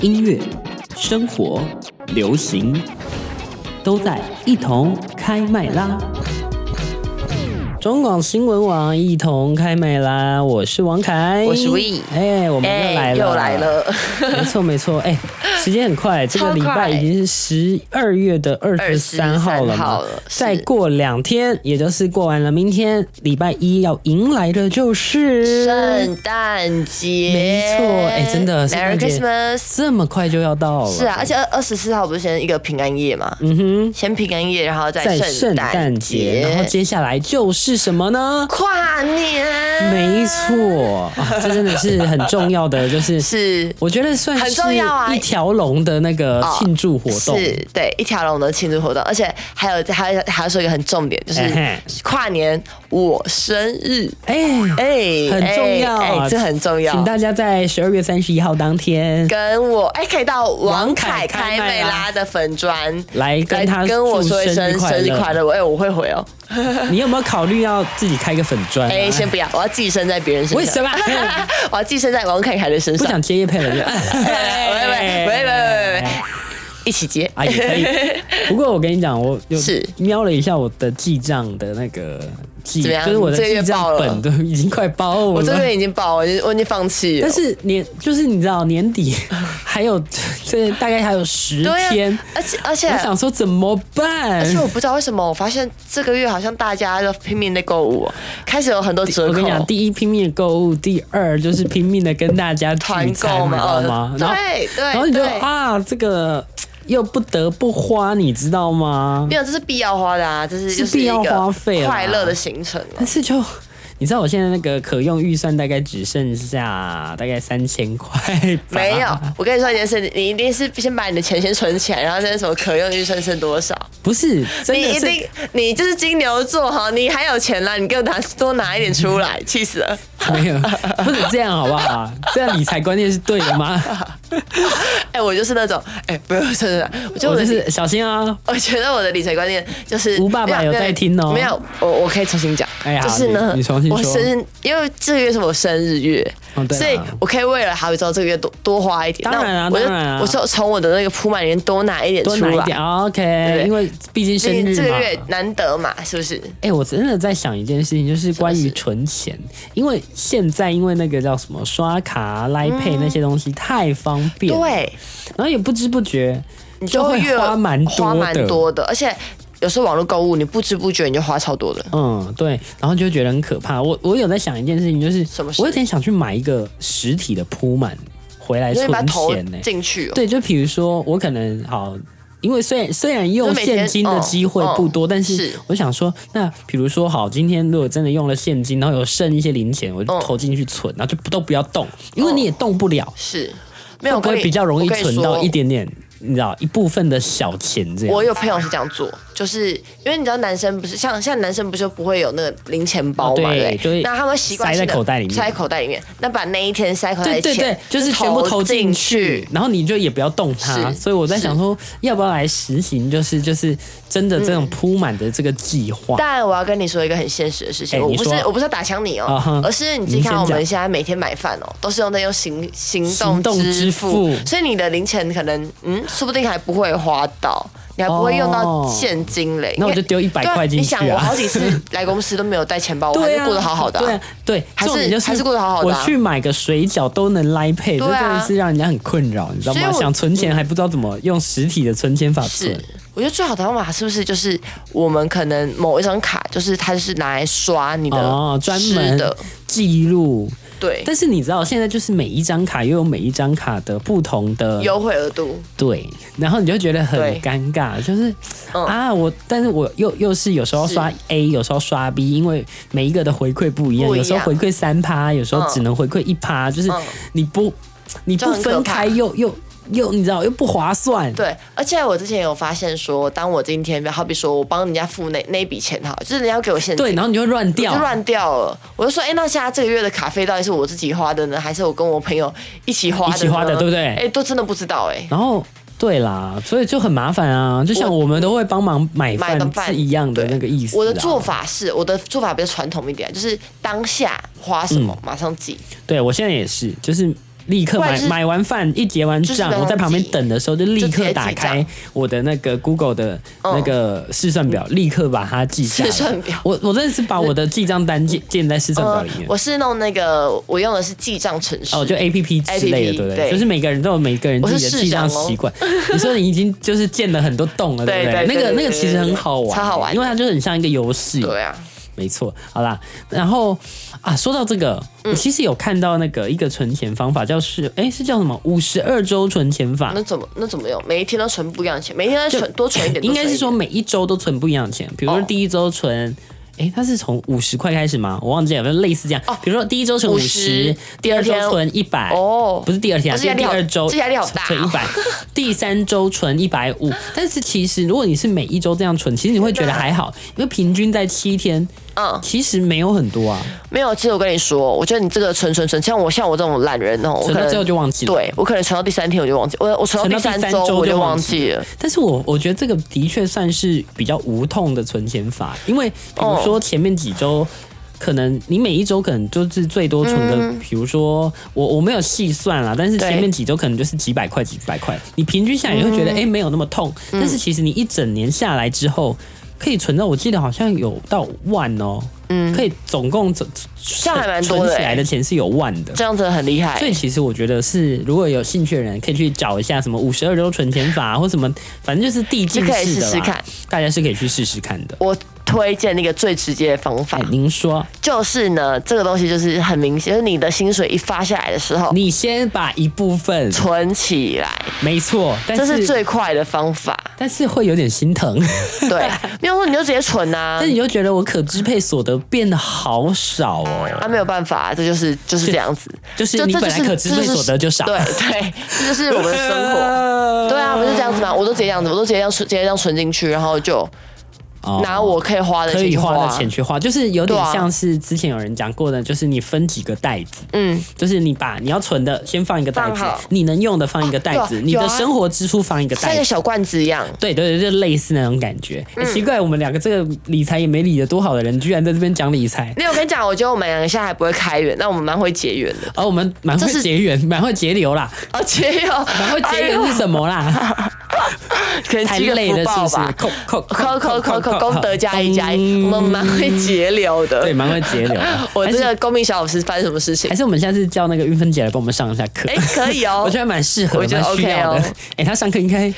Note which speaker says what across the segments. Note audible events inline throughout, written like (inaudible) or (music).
Speaker 1: 音乐、生活、流行，都在一同开麦啦！中广新闻网一同开麦啦！我是王凯，
Speaker 2: 我是 We
Speaker 1: 哎、我们又来了，
Speaker 2: 又来。了，
Speaker 1: 没错没错，
Speaker 2: (laughs)
Speaker 1: 哎、时间很快，这个
Speaker 2: 超
Speaker 1: 礼拜
Speaker 2: 快
Speaker 1: 已经是十二月的二十三号了嘛
Speaker 2: 23号了是
Speaker 1: 再过两天，也就是过完了明天，礼拜一要迎来的就是
Speaker 2: 圣诞节，
Speaker 1: 没错哎真的圣
Speaker 2: Merry
Speaker 1: 诞节
Speaker 2: Christmas。
Speaker 1: 这么快就要到了，
Speaker 2: 是啊，而且二二十四号不是先一个平安夜嘛？
Speaker 1: 嗯哼，
Speaker 2: 先平安夜，然后再
Speaker 1: 在
Speaker 2: 圣
Speaker 1: 圣诞节，然后接下来就是什么
Speaker 2: (laughs)
Speaker 1: 呢？
Speaker 2: 跨年，
Speaker 1: 没错、啊，这真的是很重要的，
Speaker 2: (laughs)
Speaker 1: 就是
Speaker 2: 是
Speaker 1: 我觉得算
Speaker 2: 很
Speaker 1: 是
Speaker 2: 重要啊
Speaker 1: 一条龙的那个庆祝活动，
Speaker 2: 是对一条龙的庆祝活动，而且还有还有还要说一个很重点，就是
Speaker 1: 哎
Speaker 2: 跨年我生日，
Speaker 1: 哎、
Speaker 2: 哎、
Speaker 1: 很重要
Speaker 2: 哎、
Speaker 1: 啊
Speaker 2: 哎这很重要，
Speaker 1: 请大家在十二月三十一号当天
Speaker 2: 跟我哎、可以到王
Speaker 1: 王凯
Speaker 2: 凯
Speaker 1: 开麦
Speaker 2: 开麦
Speaker 1: 拉
Speaker 2: 拉的粉砖
Speaker 1: 来跟他
Speaker 2: 哎跟我
Speaker 1: 祝
Speaker 2: 说一
Speaker 1: 生日
Speaker 2: 声
Speaker 1: 快
Speaker 2: 生日
Speaker 1: 乐
Speaker 2: 快乐，我哎、我会回哦。
Speaker 1: (laughs) 你有没有考虑要自己开个粉砖、啊？
Speaker 2: 哎、先不要，我要寄生在别人身上。
Speaker 1: 为什么
Speaker 2: (laughs) 我要寄生在王凯凯的身
Speaker 1: 不
Speaker 2: 上。
Speaker 1: 想接叶配了
Speaker 2: (laughs)
Speaker 1: 就。
Speaker 2: 哎喂喂喂喂喂喂，一起接。
Speaker 1: 啊，也可以。不过我跟你讲，我有
Speaker 2: 是
Speaker 1: 瞄了一下我的记账的那个记，
Speaker 2: 怎么样
Speaker 1: 就是我的
Speaker 2: 你这个
Speaker 1: 记
Speaker 2: 月
Speaker 1: 账
Speaker 2: 爆了
Speaker 1: 本都已经快爆了。
Speaker 2: (laughs) 我这边已经爆，我已经我已经放弃了
Speaker 1: 但。是年就是你知道年
Speaker 2: (laughs)
Speaker 1: 底还有这大概还有十
Speaker 2: 对
Speaker 1: 天
Speaker 2: 啊，，而且而且
Speaker 1: 我想说怎么办
Speaker 2: 而？且我不知道为什么，我发现这个月好像大家都拼命的购物哦，开始有很多折
Speaker 1: 我
Speaker 2: 扣
Speaker 1: 跟你。讲，第一拼命的购物，第二就是拼命的跟大家聚
Speaker 2: 团
Speaker 1: 餐，
Speaker 2: 购
Speaker 1: 你知
Speaker 2: 嘛
Speaker 1: 道吗？
Speaker 2: 哦
Speaker 1: 然后
Speaker 2: 对对
Speaker 1: 然后你就
Speaker 2: 对
Speaker 1: 啊，这个又不得不花，你知道吗？
Speaker 2: 没有，这是必要花的啊，这是
Speaker 1: 是
Speaker 2: 就是
Speaker 1: 必
Speaker 2: 一
Speaker 1: 要花
Speaker 2: 个
Speaker 1: 费啦啊
Speaker 2: 快乐的行程哦
Speaker 1: 但是就你知道，我现在那个可用预算大概只剩下大概三千块吧，
Speaker 2: 没有，我跟你说一件事，你你一定是先把你的钱先存起来，然后再什么可用预算剩多少，
Speaker 1: 不是真
Speaker 2: 你
Speaker 1: 的
Speaker 2: 一
Speaker 1: 是
Speaker 2: 定你就是金牛座哈，你还有钱啦，你给我拿多拿一点出
Speaker 1: (laughs)
Speaker 2: 来，气死了！
Speaker 1: (laughs) 没有，不是这样好不好？这样理财观念是对的
Speaker 2: (laughs)
Speaker 1: 吗？
Speaker 2: 哎、我就是那种哎、不用真的，我觉
Speaker 1: 我
Speaker 2: 得我
Speaker 1: 就
Speaker 2: 的理。
Speaker 1: 是小心啊，
Speaker 2: 我觉得我的理财观念就是
Speaker 1: 吴爸爸有在听哦
Speaker 2: 没有，我我可以重新讲，
Speaker 1: 哎好
Speaker 2: 就是呢，
Speaker 1: 你你重新说
Speaker 2: 我生日，因为这个月是我生日月，
Speaker 1: 哦对啊
Speaker 2: 所以我可以为了好比说这个月多多花一点，
Speaker 1: 当然啊
Speaker 2: 那我就
Speaker 1: 当然啊
Speaker 2: 我就从我的那个铺满里面多拿一点
Speaker 1: 多
Speaker 2: 出
Speaker 1: 拿一
Speaker 2: 来，
Speaker 1: 点啊，OK，
Speaker 2: 对
Speaker 1: 因为毕竟生日
Speaker 2: 这
Speaker 1: 嘛
Speaker 2: 个。月难得嘛，是不是？
Speaker 1: 哎、我真的在想一件事情，就是关于存钱，因为现在因为那个叫什么刷卡、来 pay 那些东西太方便，，
Speaker 2: 嗯对，
Speaker 1: 然后也不知不觉
Speaker 2: 你
Speaker 1: 就会
Speaker 2: 越
Speaker 1: 花蛮多的，
Speaker 2: 花蛮多的，而且有时候网络购物，你不知不觉你就花超多的。
Speaker 1: 嗯，对，然后就觉得很可怕。我我有在想一件事情，就是
Speaker 2: 什么事
Speaker 1: 我有点想去买一个实体的铺满回来
Speaker 2: 你说
Speaker 1: 存
Speaker 2: 你把头
Speaker 1: 钱呢、欸
Speaker 2: 进去、哦，
Speaker 1: 对，就比如说我可能好，因为虽然虽然用
Speaker 2: 就每天
Speaker 1: 现金的机会不多，
Speaker 2: 嗯嗯
Speaker 1: 但是
Speaker 2: 是
Speaker 1: 我想说，那比如说好，今天如果真的用了现金，然后有剩一些零钱，我就
Speaker 2: 嗯
Speaker 1: 投进去存，然后就都不要动，因为你也动不了，
Speaker 2: 是嗯没有
Speaker 1: 会不
Speaker 2: 我跟
Speaker 1: 会
Speaker 2: 你
Speaker 1: 比较容易存
Speaker 2: 我
Speaker 1: 到
Speaker 2: 跟你
Speaker 1: 一
Speaker 2: 说
Speaker 1: 点啊点，你知道一部分的小钱这样。
Speaker 2: 我有朋友是这样做，就是因为你知道男生不是像像男生不就不会有那个零钱包嘛，
Speaker 1: 哦对
Speaker 2: 对不
Speaker 1: 就会
Speaker 2: 对，那他们习惯性
Speaker 1: 塞
Speaker 2: 地
Speaker 1: 在口袋里面
Speaker 2: 塞在口袋里面，那把那一天塞口袋哎
Speaker 1: 对
Speaker 2: 的
Speaker 1: 对对
Speaker 2: 钱，
Speaker 1: 就是全部投进去，，然后你就也不要动它。
Speaker 2: 是
Speaker 1: 所以我在想说，要不要来实行，就是就是真的这种
Speaker 2: 嗯
Speaker 1: 铺满的这个计划。
Speaker 2: 但我要跟你说一个很现实的事情，
Speaker 1: 哦哎
Speaker 2: 我
Speaker 1: 你
Speaker 2: 不
Speaker 1: 说
Speaker 2: 是我不是要打枪你哦、
Speaker 1: 啊哈
Speaker 2: 而是你自己
Speaker 1: 您先
Speaker 2: 看我
Speaker 1: 讲
Speaker 2: 们现在每天买饭哦、都是用在用行行
Speaker 1: 行
Speaker 2: 动
Speaker 1: 动支
Speaker 2: 支
Speaker 1: 付
Speaker 2: 付，所以你的零钱可能嗯，说不定还不会花到，你还不会用到现金嘞。
Speaker 1: 哦那我
Speaker 2: 因为
Speaker 1: 就丢100
Speaker 2: 对啊
Speaker 1: 块进去啊
Speaker 2: 你想我好几次来公司都没有带钱包，我还
Speaker 1: 对
Speaker 2: 是
Speaker 1: 啊，
Speaker 2: 过得好好的啊、
Speaker 1: 对啊对，
Speaker 2: 还是
Speaker 1: 重点就是
Speaker 2: 还是过得好好的啊
Speaker 1: 我去买个水饺都能来配，这
Speaker 2: 对
Speaker 1: 真
Speaker 2: 啊
Speaker 1: 的是让人家很困扰，你知道
Speaker 2: 所以
Speaker 1: 吗？
Speaker 2: 我
Speaker 1: 想存钱还不知道怎么用实体的存钱法存
Speaker 2: 是。，我觉得最好的方法是不是就是我们可能某一张卡，就是它就是拿来刷你的
Speaker 1: 哦，专
Speaker 2: 吃
Speaker 1: 门
Speaker 2: 的，
Speaker 1: 记录。
Speaker 2: 对，
Speaker 1: 但是你知道，现在就是每一张卡又有每一张卡的不同的
Speaker 2: 优惠额度。
Speaker 1: 对，然后你就觉得很
Speaker 2: 对
Speaker 1: 尴尬，就是、
Speaker 2: 嗯
Speaker 1: 啊，我但是我又又是有时候刷
Speaker 2: 是
Speaker 1: A，有时候刷 B，因为每一个的回馈不一样，
Speaker 2: 不一样
Speaker 1: 有时候回馈三趴，有时候
Speaker 2: 嗯
Speaker 1: 只能回馈一趴，就是
Speaker 2: 嗯
Speaker 1: 你不你不
Speaker 2: 就很可
Speaker 1: 分开
Speaker 2: 怕
Speaker 1: 又又又你知道又不划算，
Speaker 2: 对，而且我之前有发现说，当我今天好比说我帮人家付那那一笔钱哈，就是人家要给我现金，
Speaker 1: 对，然后你就乱
Speaker 2: 我
Speaker 1: 掉
Speaker 2: 就，乱掉了。我就说，哎、那现在这个月的卡费到底是我自己花的呢，还是我跟我朋友一起花的呢？
Speaker 1: 一起花的对不对
Speaker 2: 哎、都真的不知道哎、
Speaker 1: 然后。对啦，所以就很麻烦啊，就像
Speaker 2: 我
Speaker 1: 我们都会帮忙买
Speaker 2: 买
Speaker 1: 饭
Speaker 2: 个饭
Speaker 1: 是一样的
Speaker 2: 对
Speaker 1: 那个意思、啊。
Speaker 2: 我的做法是，我的
Speaker 1: 嗯
Speaker 2: 做法比较传统一点，就是当下花什么、马上记。
Speaker 1: 对我现在也是，就是立刻
Speaker 2: 不然
Speaker 1: 买
Speaker 2: 是
Speaker 1: 买完饭一结完
Speaker 2: 就是
Speaker 1: 账，
Speaker 2: 忘
Speaker 1: 我在旁边
Speaker 2: 记
Speaker 1: 等的时候就立
Speaker 2: 就直
Speaker 1: 刻
Speaker 2: 接
Speaker 1: 打
Speaker 2: 记
Speaker 1: 开
Speaker 2: 账嗯
Speaker 1: 我的那个 Google 的那个试算表，立刻把它记下来。
Speaker 2: 试算表
Speaker 1: 我我真的是把我的记账单建建在试算表
Speaker 2: 嗯
Speaker 1: 里面，。
Speaker 2: 我是弄那个，我用的是记账程式。
Speaker 1: 哦，就 A P P 之类的，
Speaker 2: APP
Speaker 1: 对不对？
Speaker 2: 对
Speaker 1: 就是每个人都有每个人自己
Speaker 2: 我
Speaker 1: 的
Speaker 2: 是
Speaker 1: 记账
Speaker 2: 市长哦
Speaker 1: 习惯。你说你已经就是建了很多洞了，对不
Speaker 2: 对对对
Speaker 1: 那个
Speaker 2: 对
Speaker 1: 那
Speaker 2: 对
Speaker 1: 个其实很好玩，欸
Speaker 2: 超好玩
Speaker 1: 因为它就很像一个游戏。
Speaker 2: 对啊，
Speaker 1: 没错，好啦，然后啊，说到这个，
Speaker 2: 嗯
Speaker 1: 我其实有看到那个一个存钱方法，叫是哎是叫什么五十二周存钱法
Speaker 2: 那，怎么那怎么用？每一天都存不一样的钱，每一天都存多存一点。
Speaker 1: 应该是说
Speaker 2: 多存一点
Speaker 1: 每一周都存不一样的钱，比如说
Speaker 2: 哦
Speaker 1: 第一周存。哎，它是从五十块开始吗？我忘记了，反正类似这样。比如说第一周存五十
Speaker 2: 50，
Speaker 1: 第二周
Speaker 2: 哦第二天
Speaker 1: 存一百，
Speaker 2: 哦
Speaker 1: 不是第二天啊，
Speaker 2: 哦这
Speaker 1: 是
Speaker 2: 压力
Speaker 1: 第
Speaker 2: 好
Speaker 1: 二周，
Speaker 2: 这压力好大哦
Speaker 1: 存一
Speaker 2: (laughs)
Speaker 1: 百，第三周存一百五。但是其实如果你是每一周这样存，其实你会觉得还好，因为平均在七天，
Speaker 2: 嗯
Speaker 1: 其实没有很多啊，
Speaker 2: 没有。其实我跟你说，我觉得你这个存存存，像我像我这种懒人哦，我
Speaker 1: 存
Speaker 2: 可
Speaker 1: 到
Speaker 2: 能
Speaker 1: 最后就忘记了。
Speaker 2: 对我可能存到第三天我就忘记，我我存
Speaker 1: 存到
Speaker 2: 到
Speaker 1: 第
Speaker 2: 第三
Speaker 1: 三
Speaker 2: 周
Speaker 1: 周
Speaker 2: 我
Speaker 1: 就
Speaker 2: 就
Speaker 1: 忘
Speaker 2: 忘
Speaker 1: 记
Speaker 2: 记了。
Speaker 1: 但是我我觉得这个的确算是比较无痛的存钱法，因为比
Speaker 2: 哦
Speaker 1: 如说前面几周。可能你每一周可能就是最多存个，比如说我我没有细算啦，但是
Speaker 2: 嗯对
Speaker 1: 前面几周可能就是几百块几百块，你平均下来你会觉
Speaker 2: 嗯
Speaker 1: 得哎、诶没有那么痛，但是其实你一整年下来之后，可以存到我记得好像有到万哦，嗯，可以总共总
Speaker 2: 样还蛮多
Speaker 1: 存
Speaker 2: 的欸
Speaker 1: 起
Speaker 2: 诶
Speaker 1: 来的钱是有万的，
Speaker 2: 这样子很厉害。
Speaker 1: 所以其实我觉得是，如果有兴趣的人可以去找一下什么五十二周存钱法啊，或什么，反正就是递进
Speaker 2: 你可以
Speaker 1: 式的
Speaker 2: 试
Speaker 1: 啦，
Speaker 2: 试看
Speaker 1: 大家是可以去试试看的。
Speaker 2: 我推荐那个最直接的方法
Speaker 1: 哎，，您说，
Speaker 2: 就是呢，这个东西就是很明显，就是你的薪水一发下来的时候，
Speaker 1: 你先把一部分，
Speaker 2: 存起来，
Speaker 1: 没错，但
Speaker 2: 这
Speaker 1: 是
Speaker 2: 是最嗯快的方法。
Speaker 1: (laughs) 但是会有点心疼，
Speaker 2: 对，没有说你就直接存啊呐、
Speaker 1: 但你就觉得我可支配所得变得好少哦，
Speaker 2: 啊，没有办法，这就是就是这样子，
Speaker 1: 就是你
Speaker 2: 这
Speaker 1: 本来可支配所得就少，
Speaker 2: 对对，这就是我们的生活。对啊，不是这样
Speaker 1: 嗯
Speaker 2: 子吗？我都直接这样子，我都直接这样存，直接这样存进去，然后就
Speaker 1: 哦
Speaker 2: 拿我可以花
Speaker 1: (laughs)
Speaker 2: 的
Speaker 1: 可
Speaker 2: 钱
Speaker 1: 以
Speaker 2: 去
Speaker 1: 花的钱去花，就是有点
Speaker 2: 对啊
Speaker 1: 像是之前有人讲过的，就是你分几个袋子，
Speaker 2: 嗯，
Speaker 1: 就是你把你要存的先放一个袋
Speaker 2: 放
Speaker 1: 子
Speaker 2: 好，
Speaker 1: 你能用的放一个袋子，
Speaker 2: 哦有啊
Speaker 1: 你
Speaker 2: 有
Speaker 1: 的
Speaker 2: 啊
Speaker 1: 生活支出放一个
Speaker 2: 像一
Speaker 1: 袋
Speaker 2: 个
Speaker 1: 子。
Speaker 2: 小罐子一样。
Speaker 1: 对对对，就类似那种感觉。欸奇怪，我们两个这个理财也没理得多好的人，居然在这边讲理财。
Speaker 2: 没有，我跟你讲，我觉得我们两个现在还不会开源，但我们蛮会结缘的。
Speaker 1: 而、我们蛮
Speaker 2: 这
Speaker 1: 会
Speaker 2: 是
Speaker 1: 节缘，蛮会节流啦，
Speaker 2: 哦，结缘，
Speaker 1: 蛮会节缘是什么啦？
Speaker 2: 可能
Speaker 1: 太
Speaker 2: 积个
Speaker 1: 累
Speaker 2: 福
Speaker 1: 了，是
Speaker 2: 报
Speaker 1: 不是 (laughs)
Speaker 2: 吧？。
Speaker 1: 扣扣
Speaker 2: 扣扣扣扣，功德加一加一，
Speaker 1: (laughs) 嗯
Speaker 2: 我们蛮会节流
Speaker 1: 对，
Speaker 2: 的。
Speaker 1: 蛮会节流的。
Speaker 2: 我
Speaker 1: 还
Speaker 2: 这
Speaker 1: 是
Speaker 2: 个公民小老师发生什么事情
Speaker 1: 还？是我们下次叫那个玉芬姐来帮我们上一下课。
Speaker 2: 哎，可以哦
Speaker 1: (laughs) 我觉，得蛮适合，
Speaker 2: 我觉得
Speaker 1: 蛮需要的。哎、
Speaker 2: OK 哦
Speaker 1: 她上课应该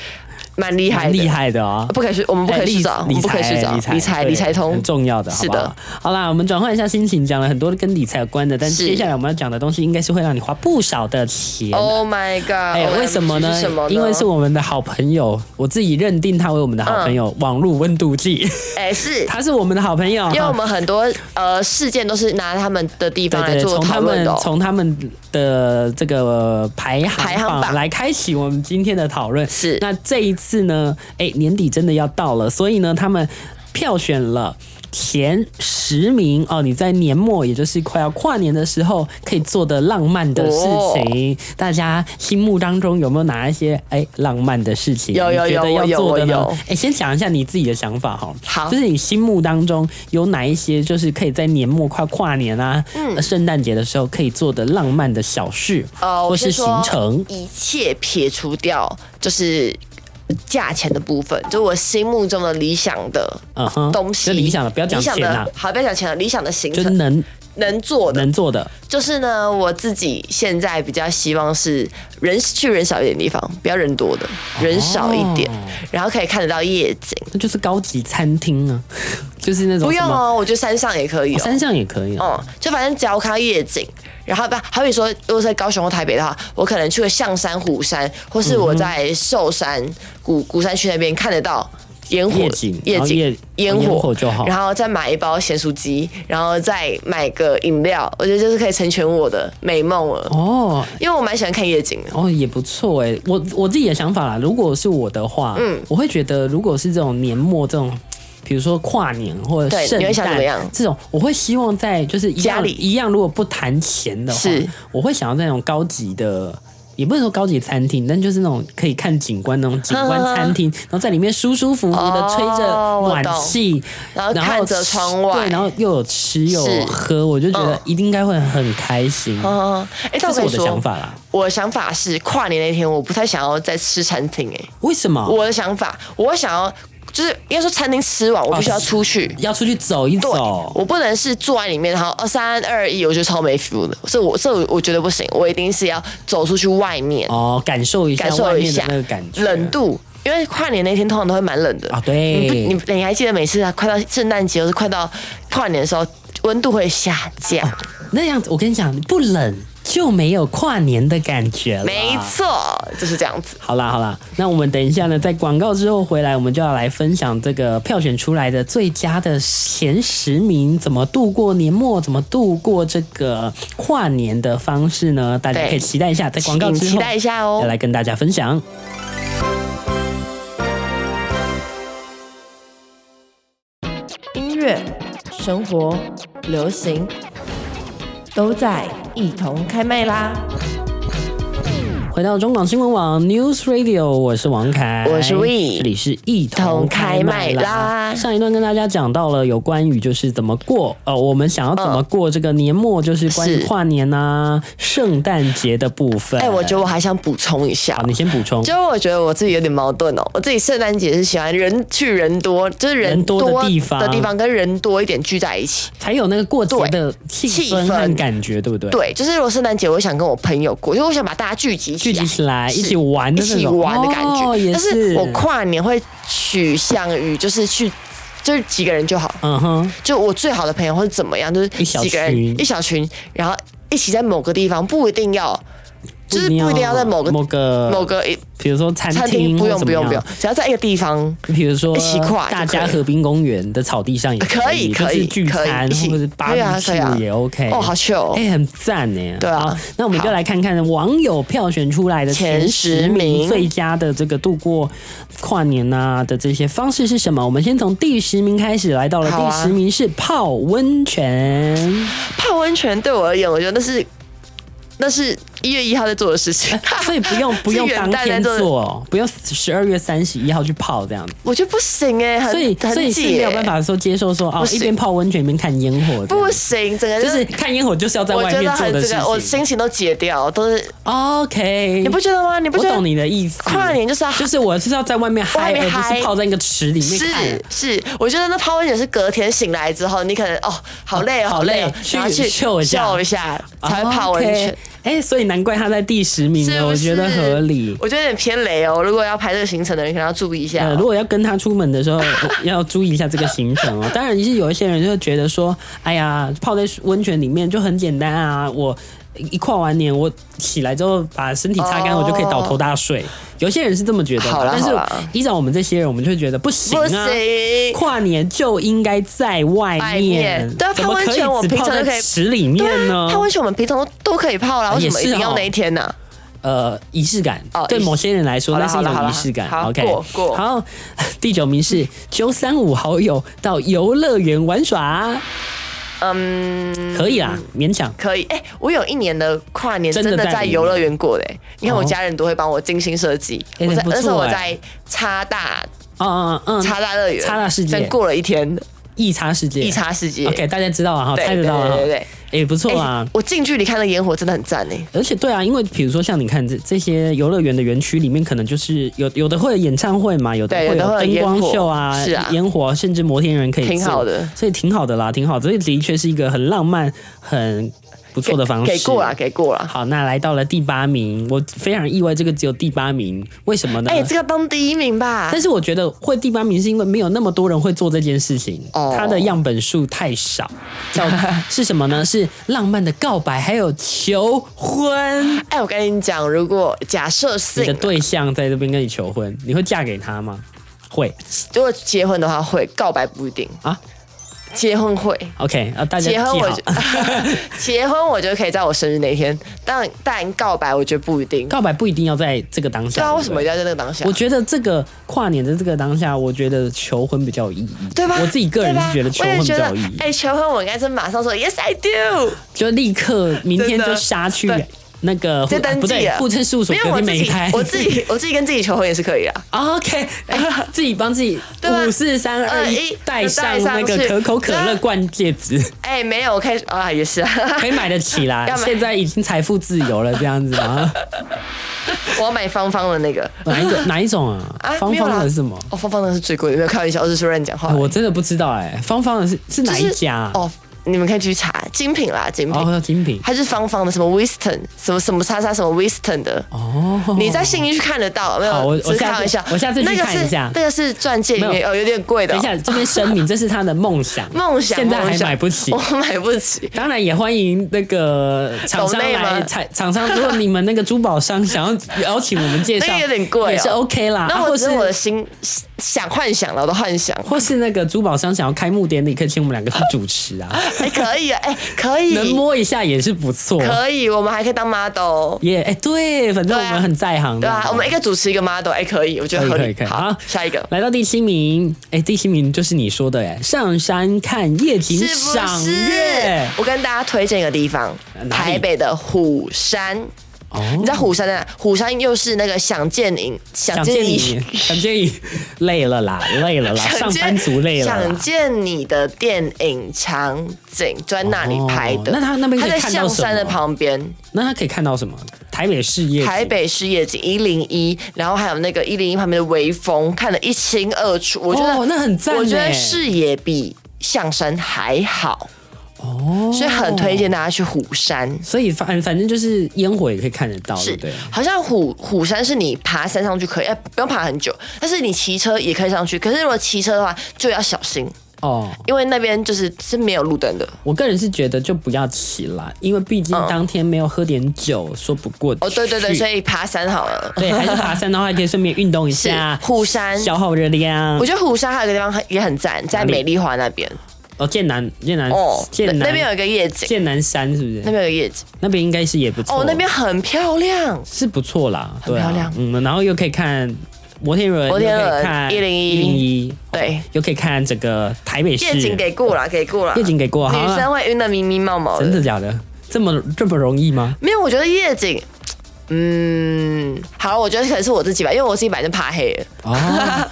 Speaker 2: 蛮厉害
Speaker 1: 蛮
Speaker 2: 的，
Speaker 1: 厉害的哦。
Speaker 2: 不可以去，我们不可以
Speaker 1: 理
Speaker 2: 去找，我
Speaker 1: 理
Speaker 2: 们不可以去
Speaker 1: 财
Speaker 2: 找理财
Speaker 1: 对
Speaker 2: 理财通
Speaker 1: 很，重要的，
Speaker 2: 是
Speaker 1: 好不好
Speaker 2: 的。
Speaker 1: 好啦，我们转换一下心情，讲了很多跟理财有关的，但
Speaker 2: 是
Speaker 1: 接下来我们要讲的东西应该是会让你花不少的钱的。
Speaker 2: Oh my god！
Speaker 1: 哎、
Speaker 2: OMG
Speaker 1: 为什么呢？
Speaker 2: 是什么
Speaker 1: 因为是我们的好朋友，我自己认定他为我们的好朋友，网络温度
Speaker 2: (laughs)
Speaker 1: 计，
Speaker 2: 哎、是
Speaker 1: 他是我们的好朋友，
Speaker 2: 因为
Speaker 1: 哈
Speaker 2: 我们很多呃事件都是拿他们的地
Speaker 1: 对
Speaker 2: 方来
Speaker 1: 对，
Speaker 2: 做
Speaker 1: 从
Speaker 2: 讨
Speaker 1: 他
Speaker 2: 论
Speaker 1: 们
Speaker 2: 的、哦。
Speaker 1: 从他们的这个排
Speaker 2: 排
Speaker 1: 行
Speaker 2: 行
Speaker 1: 榜
Speaker 2: 榜
Speaker 1: 来开启我们今天的讨论。
Speaker 2: 是
Speaker 1: 那这一次呢，哎，年底真的要到了，所以呢，他们票选了。前十名哦，你在年末，也就是快要跨年的时候，可以做的浪漫的事
Speaker 2: 哦
Speaker 1: 情，大家心目当中有没有哪一些哎浪漫的事情？
Speaker 2: 有有
Speaker 1: 你觉得
Speaker 2: 有我
Speaker 1: 要
Speaker 2: 有
Speaker 1: 做的
Speaker 2: 我
Speaker 1: 呢
Speaker 2: 有？
Speaker 1: 哎，先讲一下你自己的想法哈。
Speaker 2: 好
Speaker 1: 就是你心目当中有哪一些，就是可以在年末快跨年啊，
Speaker 2: 嗯
Speaker 1: 呃圣诞节的时候可以做的浪漫的小事，
Speaker 2: 呃，
Speaker 1: 或
Speaker 2: 我
Speaker 1: 是
Speaker 2: 先
Speaker 1: 行
Speaker 2: 说
Speaker 1: 程。
Speaker 2: 一切撇除掉，就是价钱的部分，就我心目中的理想的
Speaker 1: 嗯哼，
Speaker 2: 东西。
Speaker 1: 就理想的，不要讲
Speaker 2: 理想
Speaker 1: 钱啊
Speaker 2: 的，好，不要讲钱了，理想的行
Speaker 1: 就是
Speaker 2: 程
Speaker 1: 能
Speaker 2: 能做的，
Speaker 1: 能做的。
Speaker 2: 就是呢，我自己现在比较希望是人去人少一点的地方，不要人多的，人少一点，
Speaker 1: 哦
Speaker 2: 然后可以看得到夜景。
Speaker 1: 那就是高级餐厅啊， (laughs) 就是那种
Speaker 2: 不
Speaker 1: 什
Speaker 2: 用
Speaker 1: 么、
Speaker 2: 哦，我觉得山上也可以哦。
Speaker 1: 山上也可以、啊。
Speaker 2: 嗯，就反正只要我看到夜景，然后不，好比说，如果在高雄或台北的话，我可能去个象山、虎山，或是我在寿山、古古山区那边看得到烟火、
Speaker 1: 夜景
Speaker 2: 夜
Speaker 1: 然后夜
Speaker 2: 景、烟
Speaker 1: 烟
Speaker 2: 火
Speaker 1: 火就好
Speaker 2: 然后再买一包咸酥鸡，然后再买个饮料，我觉得就是可以成全我的美梦了。
Speaker 1: 哦，
Speaker 2: 因为我蛮喜欢看夜景的，
Speaker 1: 哦，也不错哎，我我自己的想法啦，如果是我的话，嗯，我会觉得如果是这种年末这种。比如说跨年或者
Speaker 2: 对
Speaker 1: 圣
Speaker 2: 你会想
Speaker 1: 诞
Speaker 2: 怎么样
Speaker 1: 这种，我会希望在就是一样
Speaker 2: 家里
Speaker 1: 一样，如果不谈钱的话
Speaker 2: 是，
Speaker 1: 我会想要在那种高级的也不是说高级餐厅，但就是那种可以看景观那种景观
Speaker 2: (laughs)
Speaker 1: 餐厅，然后在里面舒舒服服的吹着暖气，
Speaker 2: 哦然后看着窗外
Speaker 1: 对，然后又有吃又有喝，我就觉得一定该会很开心。
Speaker 2: 嗯，哎，但
Speaker 1: 这是
Speaker 2: 跟
Speaker 1: 我
Speaker 2: 你
Speaker 1: 的
Speaker 2: 说
Speaker 1: 想法啦。
Speaker 2: 我的想法是跨年那天，我不太想要再吃餐厅、哎，
Speaker 1: 为什么？
Speaker 2: 我的想法，我想要就是应该说餐厅吃完，我必须
Speaker 1: 啊
Speaker 2: 要出去。
Speaker 1: 要出去走一
Speaker 2: 对，
Speaker 1: 走。
Speaker 2: 我不能是坐在里面，然后二三二一，我就超没 feel 的。这我这我我觉得不行，我一定是要走出去外面，
Speaker 1: 哦，感受一下
Speaker 2: 感
Speaker 1: 外
Speaker 2: 受一
Speaker 1: 面的
Speaker 2: 下
Speaker 1: 那个感觉，
Speaker 2: 冷度。因为跨年那天通常都会蛮冷的
Speaker 1: 啊对
Speaker 2: 你不你你还记得每次啊，快到圣诞节或是快到跨年的时候，温度会下降。
Speaker 1: 哦那样子，我跟你讲，不冷就没有跨年的感觉了。
Speaker 2: 没错，就是这样子。
Speaker 1: 好啦好啦，那我们等一下呢，在广告之后回来，我们就要来分享这个票选出来的最佳的前十名，怎么度过年末，怎么度过这个跨年的方式呢？大家
Speaker 2: 对
Speaker 1: 可以期待一下，在哎广告
Speaker 2: 请
Speaker 1: 之后
Speaker 2: 期待一下哦
Speaker 1: 要来跟大家分享。
Speaker 3: 音乐、生活、流行，都在一同开麦啦！
Speaker 1: 回到中广新闻网 News Radio，我是王凯，
Speaker 2: 我是 We
Speaker 1: 这里是一同开麦
Speaker 2: 同开麦
Speaker 1: 啦。
Speaker 2: 啦
Speaker 1: 上一段跟大家讲到了有关于就是怎么过，呃，我们想要怎么过这个年末，就是关于
Speaker 2: 是
Speaker 1: 跨年啊、圣诞节的部分。
Speaker 2: 哎、我觉得我还想补充一下
Speaker 1: 好，，你先补充。
Speaker 2: 就是我觉得我自己有点矛盾哦，我自己圣诞节是喜欢人去人多，就是
Speaker 1: 人
Speaker 2: 人
Speaker 1: 多
Speaker 2: 多
Speaker 1: 的地方
Speaker 2: 的地方跟人多一点聚在一起。
Speaker 1: 才有那个过节的气
Speaker 2: 气
Speaker 1: 氛和
Speaker 2: 氛
Speaker 1: 感觉，对不对？，
Speaker 2: 对，就是如果圣诞节，我想跟我朋友过，就是我想把大家聚集
Speaker 1: 聚
Speaker 2: 起来
Speaker 1: 集。起来
Speaker 2: 是
Speaker 1: 一起玩
Speaker 2: 一
Speaker 1: 的那
Speaker 2: 起
Speaker 1: 种
Speaker 2: 玩的感觉，
Speaker 1: 哦、也
Speaker 2: 但
Speaker 1: 是
Speaker 2: 是我跨年会取向于就是去，就是几个人就好，
Speaker 1: 嗯哼，
Speaker 2: 就我最好的朋友或者怎么样，就是
Speaker 1: 一小
Speaker 2: 几个人
Speaker 1: 群
Speaker 2: 一小群，然后一起在某个地方，不一定要，就是不一定要在某个
Speaker 1: 某个
Speaker 2: 某个
Speaker 1: 比如说餐
Speaker 2: 餐
Speaker 1: 厅
Speaker 2: 厅，不
Speaker 1: 或
Speaker 2: 用
Speaker 1: 怎
Speaker 2: 不
Speaker 1: 么
Speaker 2: 用不用
Speaker 1: 样，
Speaker 2: 只要在一个地方，
Speaker 1: 比如说
Speaker 2: 一起跨就
Speaker 1: 大
Speaker 2: 可
Speaker 1: 家
Speaker 2: 以
Speaker 1: 河滨公园的草地上也
Speaker 2: 啊可
Speaker 1: 以，
Speaker 2: 以
Speaker 1: 就
Speaker 2: 可
Speaker 1: 是
Speaker 2: 以
Speaker 1: 聚
Speaker 2: 可以
Speaker 1: 餐
Speaker 2: 一起
Speaker 1: 或者是
Speaker 2: 可以啊可以啊
Speaker 1: barbecue 也 OK。
Speaker 2: 哦，好秀哦
Speaker 1: 哎、，很赞呢！
Speaker 2: 对啊
Speaker 1: 好那我们就
Speaker 2: 好
Speaker 1: 来看看网友票选出来的
Speaker 2: 前
Speaker 1: 前十
Speaker 2: 十
Speaker 1: 名
Speaker 2: 名
Speaker 1: 最佳的这个度过跨年呐、的这些方式是什么？我们先从第十名开始，来到了
Speaker 2: 好
Speaker 1: 第
Speaker 2: 啊
Speaker 1: 十名是泡温
Speaker 2: (laughs)
Speaker 1: 泉。
Speaker 2: 泡温泉对我而言，我觉得那是那是一月一号在做的
Speaker 1: (laughs)
Speaker 2: 事情。
Speaker 1: 所以不用不用
Speaker 2: 是元
Speaker 1: 当
Speaker 2: 旦在
Speaker 1: 天
Speaker 2: 做的
Speaker 1: 做哦，不用十二月三十一号去泡这样子，
Speaker 2: 我觉得不行哎、很
Speaker 1: 所以
Speaker 2: 很
Speaker 1: 所以是
Speaker 2: 解
Speaker 1: 没有办法说接受说哦
Speaker 2: 不
Speaker 1: 一
Speaker 2: 行
Speaker 1: 边泡温泉一边看烟火这样，
Speaker 2: 不行，整个
Speaker 1: 就
Speaker 2: 就是是。
Speaker 1: 看烟火就是要在
Speaker 2: 我
Speaker 1: 外
Speaker 2: 觉
Speaker 1: 面
Speaker 2: 得
Speaker 1: 做
Speaker 2: 很
Speaker 1: 的
Speaker 2: 这
Speaker 1: 事
Speaker 2: 个，我
Speaker 1: 情。
Speaker 2: 心情都解掉，都是
Speaker 1: OK，
Speaker 2: 你不觉得吗？你不
Speaker 1: 我
Speaker 2: 觉得
Speaker 1: 懂你的意思。
Speaker 2: 跨年就是要
Speaker 1: 就是我是要在外面嗨，
Speaker 2: 外面
Speaker 1: 而不
Speaker 2: 嗨
Speaker 1: 是泡在一个池里面看
Speaker 2: 是。是，我觉得那泡温泉是隔天醒来之后，你可能哦，好累哦，
Speaker 1: 好累
Speaker 2: 哦
Speaker 1: 去
Speaker 2: 然后去
Speaker 1: 秀一下哦
Speaker 2: 秀一下，才会泡温
Speaker 1: OK
Speaker 2: 泉。
Speaker 1: 哎、所以难怪他在第十名
Speaker 2: 是
Speaker 1: 了，
Speaker 2: 不
Speaker 1: 我觉得
Speaker 2: 是
Speaker 1: 合理。
Speaker 2: 我觉得有点偏雷哦。如果要排这个行程的人，可能要注意一下
Speaker 1: 呃，
Speaker 2: 哦。
Speaker 1: 如果要跟他出门的时
Speaker 2: (laughs)
Speaker 1: 候，要注意一下这个行程哦。当然，是有一些人就会觉得说，哎呀，泡在温泉里面就很简单啊，我。一跨完年，我起来之后把身体擦干，
Speaker 2: 哦
Speaker 1: 我就可以倒头大睡。有些人是这么觉得
Speaker 2: 好
Speaker 1: 的，
Speaker 2: 啦
Speaker 1: 但是
Speaker 2: 好啦
Speaker 1: 依照我们这些人，我们就会觉得不行
Speaker 2: 不
Speaker 1: 啊，
Speaker 2: 行，
Speaker 1: 跨年就应该在外
Speaker 2: 外
Speaker 1: 面
Speaker 2: 面，对啊
Speaker 1: 怎么
Speaker 2: 泡温
Speaker 1: 可以
Speaker 2: 泉我
Speaker 1: 只
Speaker 2: 平
Speaker 1: 泡
Speaker 2: 常
Speaker 1: 在
Speaker 2: 就可以
Speaker 1: 池里面呢？
Speaker 2: 啊泡温泉我们平常都都可以泡啦，为什么
Speaker 1: 也
Speaker 2: 一
Speaker 1: 是哦
Speaker 2: 定要那一天呢？
Speaker 1: 呃仪式感，
Speaker 2: 哦
Speaker 1: 对
Speaker 2: 仪式
Speaker 1: 某些人来说
Speaker 2: 好
Speaker 1: 那
Speaker 2: 啦
Speaker 1: 是一
Speaker 2: 好啦好
Speaker 1: 种
Speaker 2: 啦
Speaker 1: 仪式感。
Speaker 2: 好
Speaker 1: OK，
Speaker 2: 过过
Speaker 1: 好， (laughs) 第九名是九三五好友到游乐园玩耍，
Speaker 2: 嗯，
Speaker 1: 可以啦，勉强。
Speaker 2: 可以。哎、我有一年的跨年
Speaker 1: 真
Speaker 2: 真
Speaker 1: 的
Speaker 2: 的
Speaker 1: 在
Speaker 2: 在
Speaker 1: 里
Speaker 2: 游乐园过嘞、你看我
Speaker 1: 哦
Speaker 2: 家人都会帮我精心设计。
Speaker 1: 哎
Speaker 2: 我在
Speaker 1: 不错
Speaker 2: 那时候我
Speaker 1: 哎
Speaker 2: 在叉大
Speaker 1: 嗯嗯嗯，
Speaker 2: 叉大乐园，
Speaker 1: 叉大世界
Speaker 2: 真过了一天
Speaker 1: 异差世界，
Speaker 2: 一叉世界。
Speaker 1: OK，大家知道啊，好，
Speaker 2: 对
Speaker 1: 猜得到啊，
Speaker 2: 对对对对
Speaker 1: 也、不错啊
Speaker 2: 哎。我近距离看那烟火真的很赞哎、
Speaker 1: 而且对啊，因为比如说像你看这这些游乐园的园区里面，可能就是有有的会有演唱会嘛，有的
Speaker 2: 对
Speaker 1: 会
Speaker 2: 有的会
Speaker 1: 灯
Speaker 2: 有
Speaker 1: 光
Speaker 2: 烟火
Speaker 1: 秀啊，
Speaker 2: 是啊
Speaker 1: 烟火，甚至摩天轮可以
Speaker 2: 挺
Speaker 1: 坐
Speaker 2: 好的
Speaker 1: 所以挺好的啦，挺好的，所以的确是一个很浪漫、很不错的方式。
Speaker 2: 给过啦，给过啦。
Speaker 1: 好，那来到了第八名，我非常意外，这个只有第八名，为什么呢？
Speaker 2: 哎、这个当第一名吧。
Speaker 1: 但是我觉得会第八名是因为没有那么多人会做这件事情，
Speaker 2: 哦
Speaker 1: 它的样本数太少。
Speaker 2: (laughs)
Speaker 1: 叫是什么呢？是浪漫的告白，还有求婚。
Speaker 2: 哎、我跟你讲，如果假设
Speaker 1: 你
Speaker 2: 性
Speaker 1: 的，对象在这边跟你求婚，你会嫁给他吗？会
Speaker 2: 如果结婚的话会，告白不一定
Speaker 1: 啊。
Speaker 2: 结婚会，
Speaker 1: ，OK 啊，大家
Speaker 2: 结婚
Speaker 1: 记
Speaker 2: 我
Speaker 1: 好
Speaker 2: 觉 (laughs) 结婚我觉得可以在我生日那一天，但但告白我觉得不一定。
Speaker 1: 告白不一定要在这个当下。
Speaker 2: 对啊，
Speaker 1: 不
Speaker 2: 为什么一定要在那个当下？
Speaker 1: 我觉得这个跨年的这个当下，我觉得求婚比较有意义，
Speaker 2: 对吧？
Speaker 1: 我自己个人
Speaker 2: 对吧
Speaker 1: 是觉得求婚
Speaker 2: 我
Speaker 1: 比
Speaker 2: 也觉
Speaker 1: 较
Speaker 2: 得
Speaker 1: 有意义，
Speaker 2: 哎、求婚我应该是马上说 yes I do，
Speaker 1: 就立刻明天
Speaker 2: 真的
Speaker 1: 就杀去
Speaker 2: 对
Speaker 1: 那个户
Speaker 2: 就登
Speaker 1: 啊不
Speaker 2: 记
Speaker 1: 对
Speaker 2: 了，
Speaker 1: 户政事务所
Speaker 2: 没有
Speaker 1: 隔
Speaker 2: 我
Speaker 1: 壁
Speaker 2: 自
Speaker 1: 每一
Speaker 2: 己
Speaker 1: 台，，
Speaker 2: 我自己我自己跟自己求婚也是可以啊。
Speaker 1: OK，哎 (laughs) 自己帮自己
Speaker 2: (laughs) 对吧
Speaker 1: 五四三二一
Speaker 2: 21
Speaker 1: 戴上
Speaker 2: 戴上
Speaker 1: 那个
Speaker 2: 去
Speaker 1: 可口可乐罐戒
Speaker 2: (laughs)
Speaker 1: 指，
Speaker 2: 哎、没有，我开始啊，也是啊， (laughs)
Speaker 1: 可以买得起啦
Speaker 2: 要。买
Speaker 1: 现在已经财富自由了，这样子
Speaker 2: (laughs)
Speaker 1: 吗？
Speaker 2: 我要买芳芳的那个
Speaker 1: 哪一种？哪一种啊
Speaker 2: 啊，？
Speaker 1: 方
Speaker 2: 没有
Speaker 1: 方
Speaker 2: 啦
Speaker 1: 的是什么？
Speaker 2: 哦，芳芳的是最贵的，没有开玩笑，我只是乱讲话。
Speaker 1: 哎我真的不知道哎，方方的是是哪
Speaker 2: 就
Speaker 1: 一
Speaker 2: 是
Speaker 1: 家啊？
Speaker 2: 哦，你们可以去查精品啦，精品。
Speaker 1: 哦，精品
Speaker 2: 它是芳芳的，什么 Weston，什么什么叉叉，什么 Weston 的，
Speaker 1: 哦，
Speaker 2: 你在信义去看得到，没
Speaker 1: 好我
Speaker 2: 有？
Speaker 1: 我
Speaker 2: 只是
Speaker 1: 下
Speaker 2: 开
Speaker 1: 次
Speaker 2: 玩笑，
Speaker 1: 我下次去
Speaker 2: 那个
Speaker 1: 看一
Speaker 2: 是
Speaker 1: 下
Speaker 2: 那个是钻戒里
Speaker 1: 没
Speaker 2: 面
Speaker 1: 有
Speaker 2: 哦，有点贵的
Speaker 1: 等
Speaker 2: 哦
Speaker 1: 一。下，这边声明，这是他的梦想，
Speaker 2: 梦想，
Speaker 1: 现在还
Speaker 2: 梦想
Speaker 1: 买不起
Speaker 2: 我。买不起。
Speaker 1: 当然也欢迎那个厂商
Speaker 2: 抖内
Speaker 1: 来
Speaker 2: 吗
Speaker 1: 厂厂商，如果你们那个珠宝商想要邀请我们介绍，
Speaker 2: (laughs) 那个有点贵哦
Speaker 1: 也是 OK 啦。
Speaker 2: 那
Speaker 1: 啊
Speaker 2: 我
Speaker 1: 或
Speaker 2: 只
Speaker 1: 是
Speaker 2: 是我的心想幻想了，我都幻想，
Speaker 1: (laughs) 或是那个珠宝商想要开幕典礼，可以请我们两个去主持
Speaker 2: (laughs)
Speaker 1: 啊，
Speaker 2: 哎，可以啊，哎，可以，
Speaker 1: 能摸一下也是不错。
Speaker 2: 可以，我们还可以当 model，
Speaker 1: 耶，哎、对，反正我
Speaker 2: 对啊
Speaker 1: 们很在行的。
Speaker 2: 对啊，我们一个主持一个 model，哎，可以，我觉
Speaker 1: 嗯可以
Speaker 2: 得合
Speaker 1: 可以
Speaker 2: 理
Speaker 1: 可以。。啊
Speaker 2: 好，下一个。
Speaker 1: 来到第七名，哎、第七名就是你说的哎，上山看夜景
Speaker 2: 是不
Speaker 1: 赏
Speaker 2: 是
Speaker 1: 月？
Speaker 2: 我跟大家推荐一个地方
Speaker 1: 哪里，
Speaker 2: 台北的虎山。
Speaker 1: 哦，
Speaker 2: 你知道虎山在哪？虎山又是那个想见你，想
Speaker 1: 想
Speaker 2: 见
Speaker 1: 见
Speaker 2: 你
Speaker 1: 你，，想见你， (laughs) 累了啦，累了啦，
Speaker 2: 想
Speaker 1: 啊上
Speaker 2: 见
Speaker 1: 班族累了啦
Speaker 2: 想。见你的电影场景就在那里拍的。
Speaker 1: 哦那它那边可
Speaker 2: 它
Speaker 1: 以
Speaker 2: 在
Speaker 1: 看到
Speaker 2: 象
Speaker 1: 什
Speaker 2: 山的
Speaker 1: 么
Speaker 2: 旁边，
Speaker 1: 那他可以看到什么？台北市夜景
Speaker 2: 台北市夜景一零一，然后还有那个一零一旁边的微风，看得一清二楚。我觉得、
Speaker 1: 哦那很赞
Speaker 2: 我觉
Speaker 1: 欸
Speaker 2: 得视野比象山还好，
Speaker 1: 哦，
Speaker 2: 所以很推。荐大家去虎山。
Speaker 1: 所以反反正就是烟火也可以看得到，对
Speaker 2: 是
Speaker 1: 不对？，
Speaker 2: 好像虎虎山是你爬山上去可以，哎、不用爬很久，但是你骑车也可以上去。可是如果骑车的话，就要小心，
Speaker 1: 哦，
Speaker 2: 因为那边就是是没有路灯的。
Speaker 1: 我个人是觉得就不要骑啦，因为毕竟
Speaker 2: 嗯
Speaker 1: 当天没有喝点酒，说不过
Speaker 2: 哦，对对对，
Speaker 1: 去
Speaker 2: 所以爬山好了。
Speaker 1: 对，还是爬山的话，可以顺便运动一
Speaker 2: 是 (laughs)
Speaker 1: 下，
Speaker 2: 虎山，
Speaker 1: 消耗热量
Speaker 2: 我。觉得虎山还有一个地方很也很赞，在
Speaker 1: 里
Speaker 2: 美丽华那边
Speaker 1: 哦，剑南，剑南
Speaker 2: 哦，，那
Speaker 1: 剑南
Speaker 2: 那边有一个夜景，
Speaker 1: 剑南山是不
Speaker 2: 那
Speaker 1: 是？
Speaker 2: 边有一个夜景，
Speaker 1: 那边应该是也不错，
Speaker 2: 哦，那边很漂亮。
Speaker 1: 是不错啦，对啊
Speaker 2: 漂亮
Speaker 1: 嗯，然后又可以看摩天轮，
Speaker 2: 摩天轮
Speaker 1: 又可以看
Speaker 2: 101
Speaker 1: 零一，
Speaker 2: 对，
Speaker 1: 又可以看整个台北市
Speaker 2: 夜景给过了，给过了。
Speaker 1: 夜景给过，好
Speaker 2: 女生
Speaker 1: 啊，
Speaker 2: 会晕的迷迷冒冒
Speaker 1: 真
Speaker 2: 的。
Speaker 1: 的假的？这么这么容易吗？
Speaker 2: 没有，我觉得夜景，嗯，好，我觉得可能是我自己吧，因为我自己本来就怕黑了，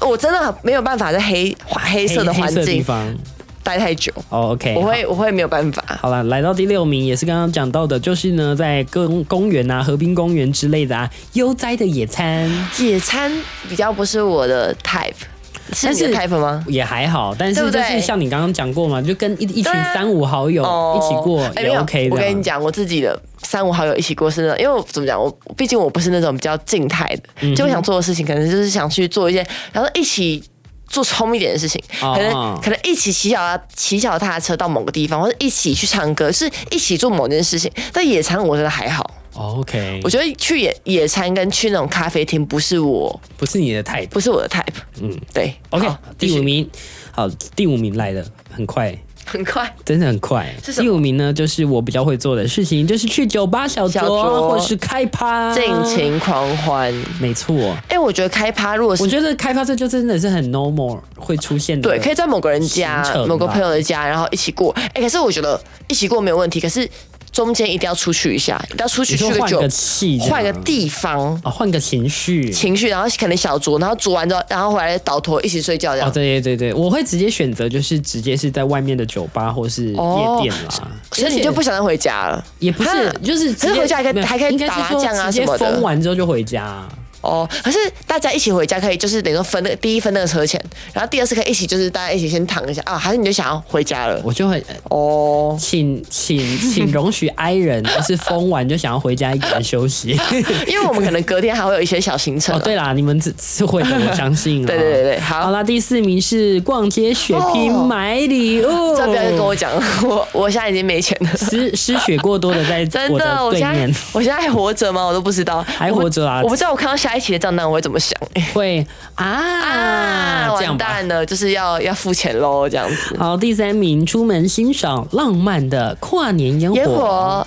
Speaker 1: 哦，
Speaker 2: 我真的没有办法在黑黑色的
Speaker 1: 黑
Speaker 2: 环
Speaker 1: 黑色地
Speaker 2: 境
Speaker 1: 方。
Speaker 2: 待太久，
Speaker 1: 哦，OK，
Speaker 2: 我会我会没有办法。
Speaker 1: 好了，来到第六名，也是刚刚讲到的，就是呢，在公公园啊、河滨公园之类的啊，悠哉的野餐
Speaker 2: 野餐比较不是我的 type，是
Speaker 1: 但
Speaker 2: 你
Speaker 1: 是
Speaker 2: 的 type 吗？
Speaker 1: 也还好，但是
Speaker 2: 对不
Speaker 1: 就是
Speaker 2: 对
Speaker 1: 像你刚刚讲过嘛，就跟一一群
Speaker 2: 对啊
Speaker 1: 三五好友一起过
Speaker 2: 哎没
Speaker 1: 也
Speaker 2: 有
Speaker 1: OK 的。
Speaker 2: 我跟你，讲，我自己的三五好友一起过生日，因为我怎么讲，我毕竟我不是那种比较静态
Speaker 1: 嗯
Speaker 2: 的，就我想做的事情，可能就是想去做一些，然后一起。做聪一点的事情，
Speaker 1: 哦
Speaker 2: 可能、可能一起骑脚踏骑脚踏车到某个地方，或者一起去唱歌，是一起做某件事情。但野餐我真的还好，
Speaker 1: 哦 OK，
Speaker 2: 我觉得去野野餐跟去那种咖啡厅不是我
Speaker 1: 不是你的 type。
Speaker 2: 不是我的 type。嗯，对
Speaker 1: OK，
Speaker 2: 好继
Speaker 1: 第
Speaker 2: 续
Speaker 1: 五名，好，第五名来的很快，
Speaker 2: 很快，
Speaker 1: 真的很快。
Speaker 2: 是什么
Speaker 1: 第五名呢，就是我比较会做的事情，就是去酒吧小酌，
Speaker 2: 小酌
Speaker 1: 或是开趴，
Speaker 2: 尽。情狂欢。
Speaker 1: 没错，
Speaker 2: 哎、我觉得开趴如果是
Speaker 1: 我觉得开趴这就真的是很 normal 会出现的。
Speaker 2: 对，可以在某个人家
Speaker 1: 行程、吧
Speaker 2: 某个朋友的家，然后一起过。哎、可是我觉得一起过没有问题，可是中间一定要出去一下，一定要出去
Speaker 1: 你
Speaker 2: 去
Speaker 1: 说
Speaker 2: 个
Speaker 1: 换
Speaker 2: 酒
Speaker 1: 个，气这样，
Speaker 2: 换个地方。
Speaker 1: 哦，换个情绪。
Speaker 2: 情绪，然后可能小酌，然后酌完之后，然后回来倒头一起睡觉这样。
Speaker 1: 哦，对对对对，我会直接选择就是直接是在外面的酒吧或是夜
Speaker 2: 哦
Speaker 1: 店啦，
Speaker 2: 所以你就不想再回家了
Speaker 1: 也不是
Speaker 2: 哈
Speaker 1: 就是直
Speaker 2: 可是
Speaker 1: 接
Speaker 2: 回家还可以
Speaker 1: 没有
Speaker 2: 还可以
Speaker 1: 应该
Speaker 2: 打
Speaker 1: 是
Speaker 2: 麻
Speaker 1: 说
Speaker 2: 将啊
Speaker 1: 直接
Speaker 2: 什么的
Speaker 1: 封完之后就回家啊。
Speaker 2: 哦。可是大家一起回家可以，就是等于说分那个第一分那个车钱，然后第二次可以一起就是大家一起先躺一下啊，还是你就想要回家了？
Speaker 1: 我就
Speaker 2: (laughs)
Speaker 1: 会呃
Speaker 2: 哦，
Speaker 1: 请请请容许 i 人，就是封完就想要回家一个人休
Speaker 2: (laughs)
Speaker 1: 息。
Speaker 2: 因为我们可能隔天还会有一些小行程、啊
Speaker 1: 哦， (laughs) 对啦，你们是是会的，我相信啦。
Speaker 2: (laughs) 对对对对好
Speaker 1: 啊好啦，第四名是逛街血拼
Speaker 2: 哦
Speaker 1: 买礼物，
Speaker 2: 这不要再跟我讲了，我我现在已经没钱了。
Speaker 1: 失失血过多的在
Speaker 2: (laughs) 真
Speaker 1: 我
Speaker 2: 的，
Speaker 1: 的
Speaker 2: 我
Speaker 1: 对
Speaker 2: 现在
Speaker 1: 面。
Speaker 2: (laughs) 我现在还活着吗？我都不知道，
Speaker 1: 还活着啊
Speaker 2: 我不我不知道我看到下一期的账单我会怎么想、
Speaker 1: 会啊
Speaker 2: (laughs) 啊，
Speaker 1: 这样
Speaker 2: 完
Speaker 1: 吧。
Speaker 2: 蛋了，就是要要付钱喽，这样子。
Speaker 1: 好，第三名，出门欣赏浪漫的跨年烟火。啊
Speaker 2: 烟火，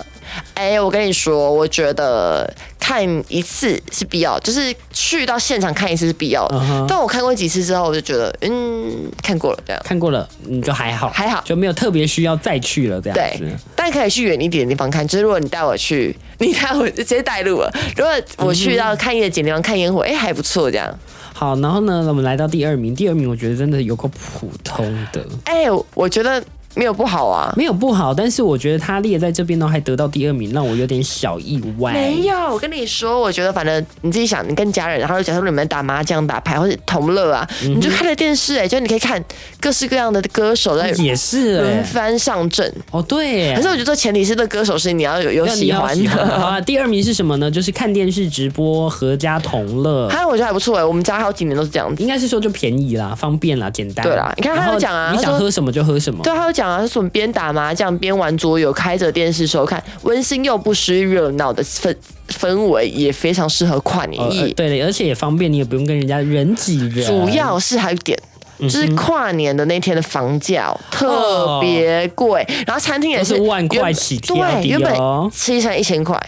Speaker 2: 哎、我跟你说，我觉得看一次是必要，就是去到现场看一次是必要的。
Speaker 1: 嗯哼
Speaker 2: 但我看过几次之后，我就觉得，嗯，看过了这样。
Speaker 1: 看过了，你就还好，
Speaker 2: 还好
Speaker 1: 就没有特别需要再去了这样
Speaker 2: 对
Speaker 1: 子。，
Speaker 2: 但可以去远一点的地方看。就是如果你带我去 (laughs) 你看我直接带路了。如果
Speaker 1: 嗯
Speaker 2: 我去到看夜景地方看烟火，哎、还不错这样。
Speaker 1: 好，然后呢，我们来到第二名，第二名我觉得真的有个普通的，
Speaker 2: 哎、我觉得没有不好啊。
Speaker 1: 没有不好，但是我觉得他列在这边呢，还得到第二名，让我有点小意外。
Speaker 2: 没有，我跟你说，我觉得反正你自己想，你跟家人，然后假设你们打麻将、打牌或者同乐啊，
Speaker 1: 嗯
Speaker 2: 你就看着电视、哎，就你可以看各式各样的歌手在
Speaker 1: 也是、
Speaker 2: 轮
Speaker 1: 欸，
Speaker 2: 番上阵。
Speaker 1: 哦对耶
Speaker 2: 可是我觉得这前提是这歌手是你要有有
Speaker 1: 那你
Speaker 2: 喜
Speaker 1: 要
Speaker 2: 欢
Speaker 1: 喜欢
Speaker 2: 的。
Speaker 1: 好啊，第二名是什么呢？就是看电视直播，合家同乐。
Speaker 2: (laughs) 还有我觉得还不错哎、我们家好几年都是这样子。
Speaker 1: 应该是说就便宜啦，方便啦，简单。
Speaker 2: 对啦你看他
Speaker 1: 然后
Speaker 2: 有讲啊
Speaker 1: 你
Speaker 2: 他
Speaker 1: 想
Speaker 2: 说
Speaker 1: 喝什么就喝什么。
Speaker 2: 对，他有讲啊，他说我们边打麻将边玩桌游，开着电视收看，温馨又不失热闹的氛氛围，也非常适合跨年
Speaker 1: 呃呃
Speaker 2: 夜。
Speaker 1: 对的，而且也方便，你也不用跟人家人挤人。
Speaker 2: 主要是还有一点。
Speaker 1: 嗯
Speaker 2: 就是跨年的那天的房价、哦、特别贵，然后餐厅也是
Speaker 1: 都是万块
Speaker 2: 原本
Speaker 1: 起跳的
Speaker 2: 对，原
Speaker 1: 哦
Speaker 2: 本吃一餐一千块，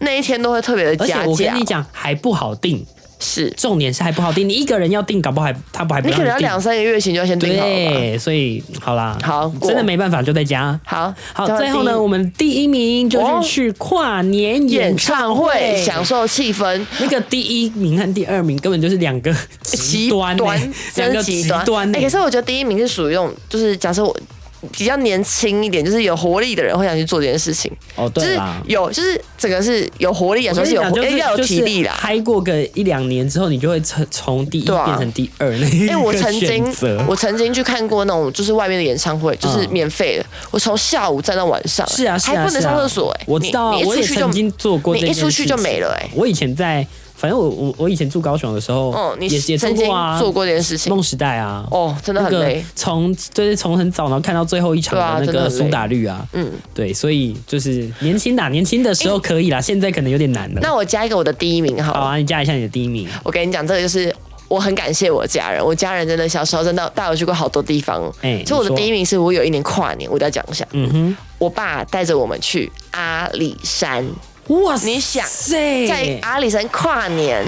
Speaker 2: 那一天都会特别的
Speaker 1: 而且
Speaker 2: 加
Speaker 1: 我
Speaker 2: 价
Speaker 1: 跟你。讲，还不好定，
Speaker 2: 是，
Speaker 1: 重点是还不好定。你一个人要定，搞不好还他不还不
Speaker 2: 你
Speaker 1: 让
Speaker 2: 可能要
Speaker 1: 定
Speaker 2: 两三个月前就要先订好了吧。
Speaker 1: 对，所以好啦，
Speaker 2: 好过
Speaker 1: 真的没办法，就在家。
Speaker 2: 好，
Speaker 1: 好，
Speaker 2: 交给
Speaker 1: 最后
Speaker 2: 第一
Speaker 1: 呢，我们第一名就
Speaker 2: 哦
Speaker 1: 是去跨年演
Speaker 2: 演
Speaker 1: 唱
Speaker 2: 唱
Speaker 1: 会，
Speaker 2: 会享受气氛，
Speaker 1: 那个第一名和第二名根本就是两个极端、欸，两
Speaker 2: 真
Speaker 1: 个
Speaker 2: 的
Speaker 1: 极
Speaker 2: 极
Speaker 1: 端、
Speaker 2: 哎、
Speaker 1: 欸。
Speaker 2: 可是我觉得第一名是属于那种，就是假设我比较年轻一点，就是有活力的人会想去做这件事情，
Speaker 1: 哦，
Speaker 2: 就
Speaker 1: 对
Speaker 2: 是
Speaker 1: 啦。
Speaker 2: 有，就是整个是有活力啊，
Speaker 1: 我
Speaker 2: 说
Speaker 1: 跟
Speaker 2: 是
Speaker 1: 你
Speaker 2: 有活
Speaker 1: 讲，就是
Speaker 2: 要有体力
Speaker 1: 就是
Speaker 2: 啦。
Speaker 1: 嗨过个一两年之后，你就会从从第一
Speaker 2: 对啊
Speaker 1: 变成第二那一
Speaker 2: 因为我
Speaker 1: 个
Speaker 2: 曾
Speaker 1: 选
Speaker 2: 经
Speaker 1: 择。，
Speaker 2: 我曾经去看过那种就是外面的演唱会，就是
Speaker 1: 嗯
Speaker 2: 免费的，我从下午站到晚上，
Speaker 1: 是啊，是啊
Speaker 2: 还不能
Speaker 1: 是啊
Speaker 2: 上厕所，哎，
Speaker 1: 我
Speaker 2: 你
Speaker 1: 知道啊
Speaker 2: 你，一
Speaker 1: 我
Speaker 2: 出
Speaker 1: 也
Speaker 2: 去就
Speaker 1: 曾经做过
Speaker 2: 你
Speaker 1: 这件
Speaker 2: 一
Speaker 1: 事情，哦
Speaker 2: 出去就没了，哎，
Speaker 1: 我以前在，反正我我我以前住高雄的时候，
Speaker 2: 哦，你
Speaker 1: 也也
Speaker 2: 曾
Speaker 1: 做
Speaker 2: 经
Speaker 1: 过啊，
Speaker 2: 做过这件事情，
Speaker 1: 梦时代啊，
Speaker 2: 哦，真的
Speaker 1: 那
Speaker 2: 很
Speaker 1: 个
Speaker 2: 累，
Speaker 1: 从就是从很早然后看到最后一场
Speaker 2: 对啊
Speaker 1: 的那
Speaker 2: 真的
Speaker 1: 个
Speaker 2: 很累
Speaker 1: 苏打绿啊，
Speaker 2: 嗯。
Speaker 1: 对，所以就是年轻打年轻的时候可以啦，现在可能有点难了。
Speaker 2: 那我加一个我的第一名好了
Speaker 1: 好啊，你加一下你的第一名，
Speaker 2: 我跟你讲，这个就是我很感谢我家人，我家人真的小时候真的带我去过好多地方。
Speaker 1: 哎
Speaker 2: 所以我
Speaker 1: 你说
Speaker 2: 的第一名是我有一年跨年，我一定要讲一下，
Speaker 1: 嗯哼，
Speaker 2: 我爸带着我们去阿里山，
Speaker 1: 哇
Speaker 2: 你想
Speaker 1: 塞
Speaker 2: 在阿里山跨年，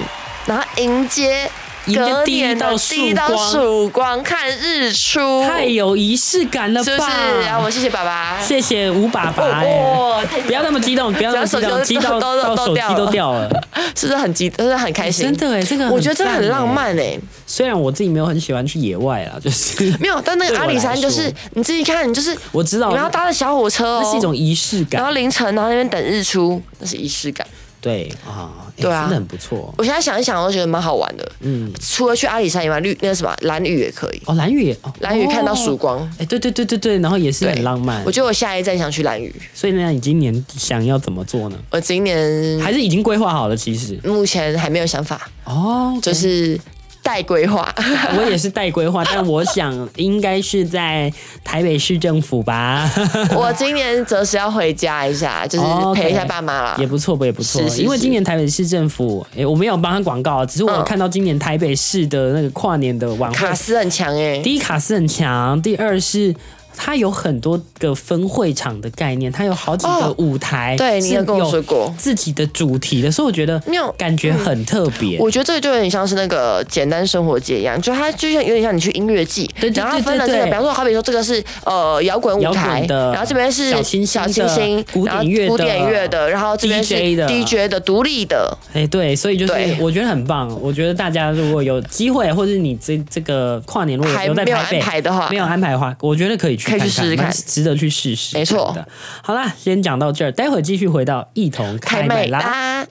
Speaker 2: 然后迎接。
Speaker 1: 迎接
Speaker 2: 隔
Speaker 1: 第一
Speaker 2: 年的
Speaker 1: 道
Speaker 2: 第一
Speaker 1: 曙
Speaker 2: 道
Speaker 1: 光
Speaker 2: 曙光，看日出，
Speaker 1: 太有仪式感了吧？
Speaker 2: 哦是不是？然后我谢谢爸爸，
Speaker 1: 谢谢吴爸
Speaker 2: 哦
Speaker 1: 爸、哎
Speaker 2: 哦太
Speaker 1: 不要那么激
Speaker 2: (laughs)
Speaker 1: 动，不要那么激动，激到
Speaker 2: 都
Speaker 1: 到
Speaker 2: 都
Speaker 1: 手机
Speaker 2: 都掉了
Speaker 1: 都掉了，
Speaker 2: 是不是很激，真的很开心？
Speaker 1: 真的欸哎，这个
Speaker 2: 我觉得真
Speaker 1: 这
Speaker 2: 的很浪。漫哎。
Speaker 1: 虽然我自己没有很喜欢去野外啦， (laughs) 就是
Speaker 2: 没有，但那个
Speaker 1: 对我
Speaker 2: 阿里山
Speaker 1: 来
Speaker 2: 就
Speaker 1: 说
Speaker 2: 是你自己看，你就是
Speaker 1: 我知道
Speaker 2: 你们要搭着小火车哦，
Speaker 1: 那是一种仪式
Speaker 2: 然后
Speaker 1: 感，
Speaker 2: 凌晨，然后那边等日出，那是仪式感。
Speaker 1: 对啊，哎
Speaker 2: 对啊
Speaker 1: 真的很不错。
Speaker 2: 我现在想一想，我觉得蛮好玩的。
Speaker 1: 嗯，
Speaker 2: 除了去阿里山以外，绿那个什么蓝屿也可以，
Speaker 1: 哦，蓝雨也，哦
Speaker 2: 蓝屿看到曙光。
Speaker 1: 哎、对对对对对，然后也是
Speaker 2: 对
Speaker 1: 很浪漫。
Speaker 2: 我觉得我下一站想去蓝屿，
Speaker 1: 所以呢，你今年想要怎么做呢？
Speaker 2: 我今年
Speaker 1: 还是已经规划好了？其实
Speaker 2: 目前还没有想法，
Speaker 1: 哦，
Speaker 2: 就是待
Speaker 1: (laughs)
Speaker 2: 规划。
Speaker 1: 我也是带规划，但我想应该是在台北市政府吧， (laughs)
Speaker 2: 我今年择时要回家一下，就是
Speaker 1: 哦，OK
Speaker 2: 陪一下爸妈啦
Speaker 1: 也。不错，不也不错。
Speaker 2: 是是
Speaker 1: 因为今年台北市政府，哎、我没有帮他广告，只是我
Speaker 2: 嗯
Speaker 1: 看到今年台北市的那个跨年的晚会
Speaker 2: 卡斯很强哎、
Speaker 1: 第一卡斯很强，第二是。它有很多个分会场的概念，它有好几个
Speaker 2: 哦
Speaker 1: 舞台，
Speaker 2: 对你
Speaker 1: 是
Speaker 2: 有跟我说过
Speaker 1: 自己的主题的，所以我觉得
Speaker 2: 没有
Speaker 1: 感觉很特别。
Speaker 2: 我觉得这个就有点像是那个简单生活节一样，就它就像有点像你去音乐季，
Speaker 1: 对对
Speaker 2: 然后它
Speaker 1: 对
Speaker 2: 分了这
Speaker 1: 对
Speaker 2: 个，
Speaker 1: 对
Speaker 2: 比方说，好比说这个是呃摇滚
Speaker 1: 摇
Speaker 2: 舞
Speaker 1: 滚
Speaker 2: 台，
Speaker 1: 的
Speaker 2: 然后这边是
Speaker 1: 小清新
Speaker 2: 小
Speaker 1: 的
Speaker 2: 清新
Speaker 1: 古典
Speaker 2: 然后
Speaker 1: 乐的
Speaker 2: 古典乐的，然后这边是
Speaker 1: DJ 的
Speaker 2: DJ 的独立的，
Speaker 1: 哎、对，所以就是
Speaker 2: 对
Speaker 1: 我觉得很棒。我觉得大家如果有机会，或是你这这个跨年如果哦
Speaker 2: 还
Speaker 1: 留在
Speaker 2: 没有
Speaker 1: 台
Speaker 2: 安
Speaker 1: 北。
Speaker 2: 排的话
Speaker 1: 没，有安排的话，我觉得可以去
Speaker 2: 可
Speaker 1: 看
Speaker 2: 以去
Speaker 1: 看
Speaker 2: 试试看
Speaker 1: 蛮值得去试试看的。
Speaker 2: 没错
Speaker 1: 好啦，先讲到这儿，待会儿继续回到一同
Speaker 2: 开
Speaker 1: 开麦
Speaker 2: 麦
Speaker 1: 啦。
Speaker 2: 啦。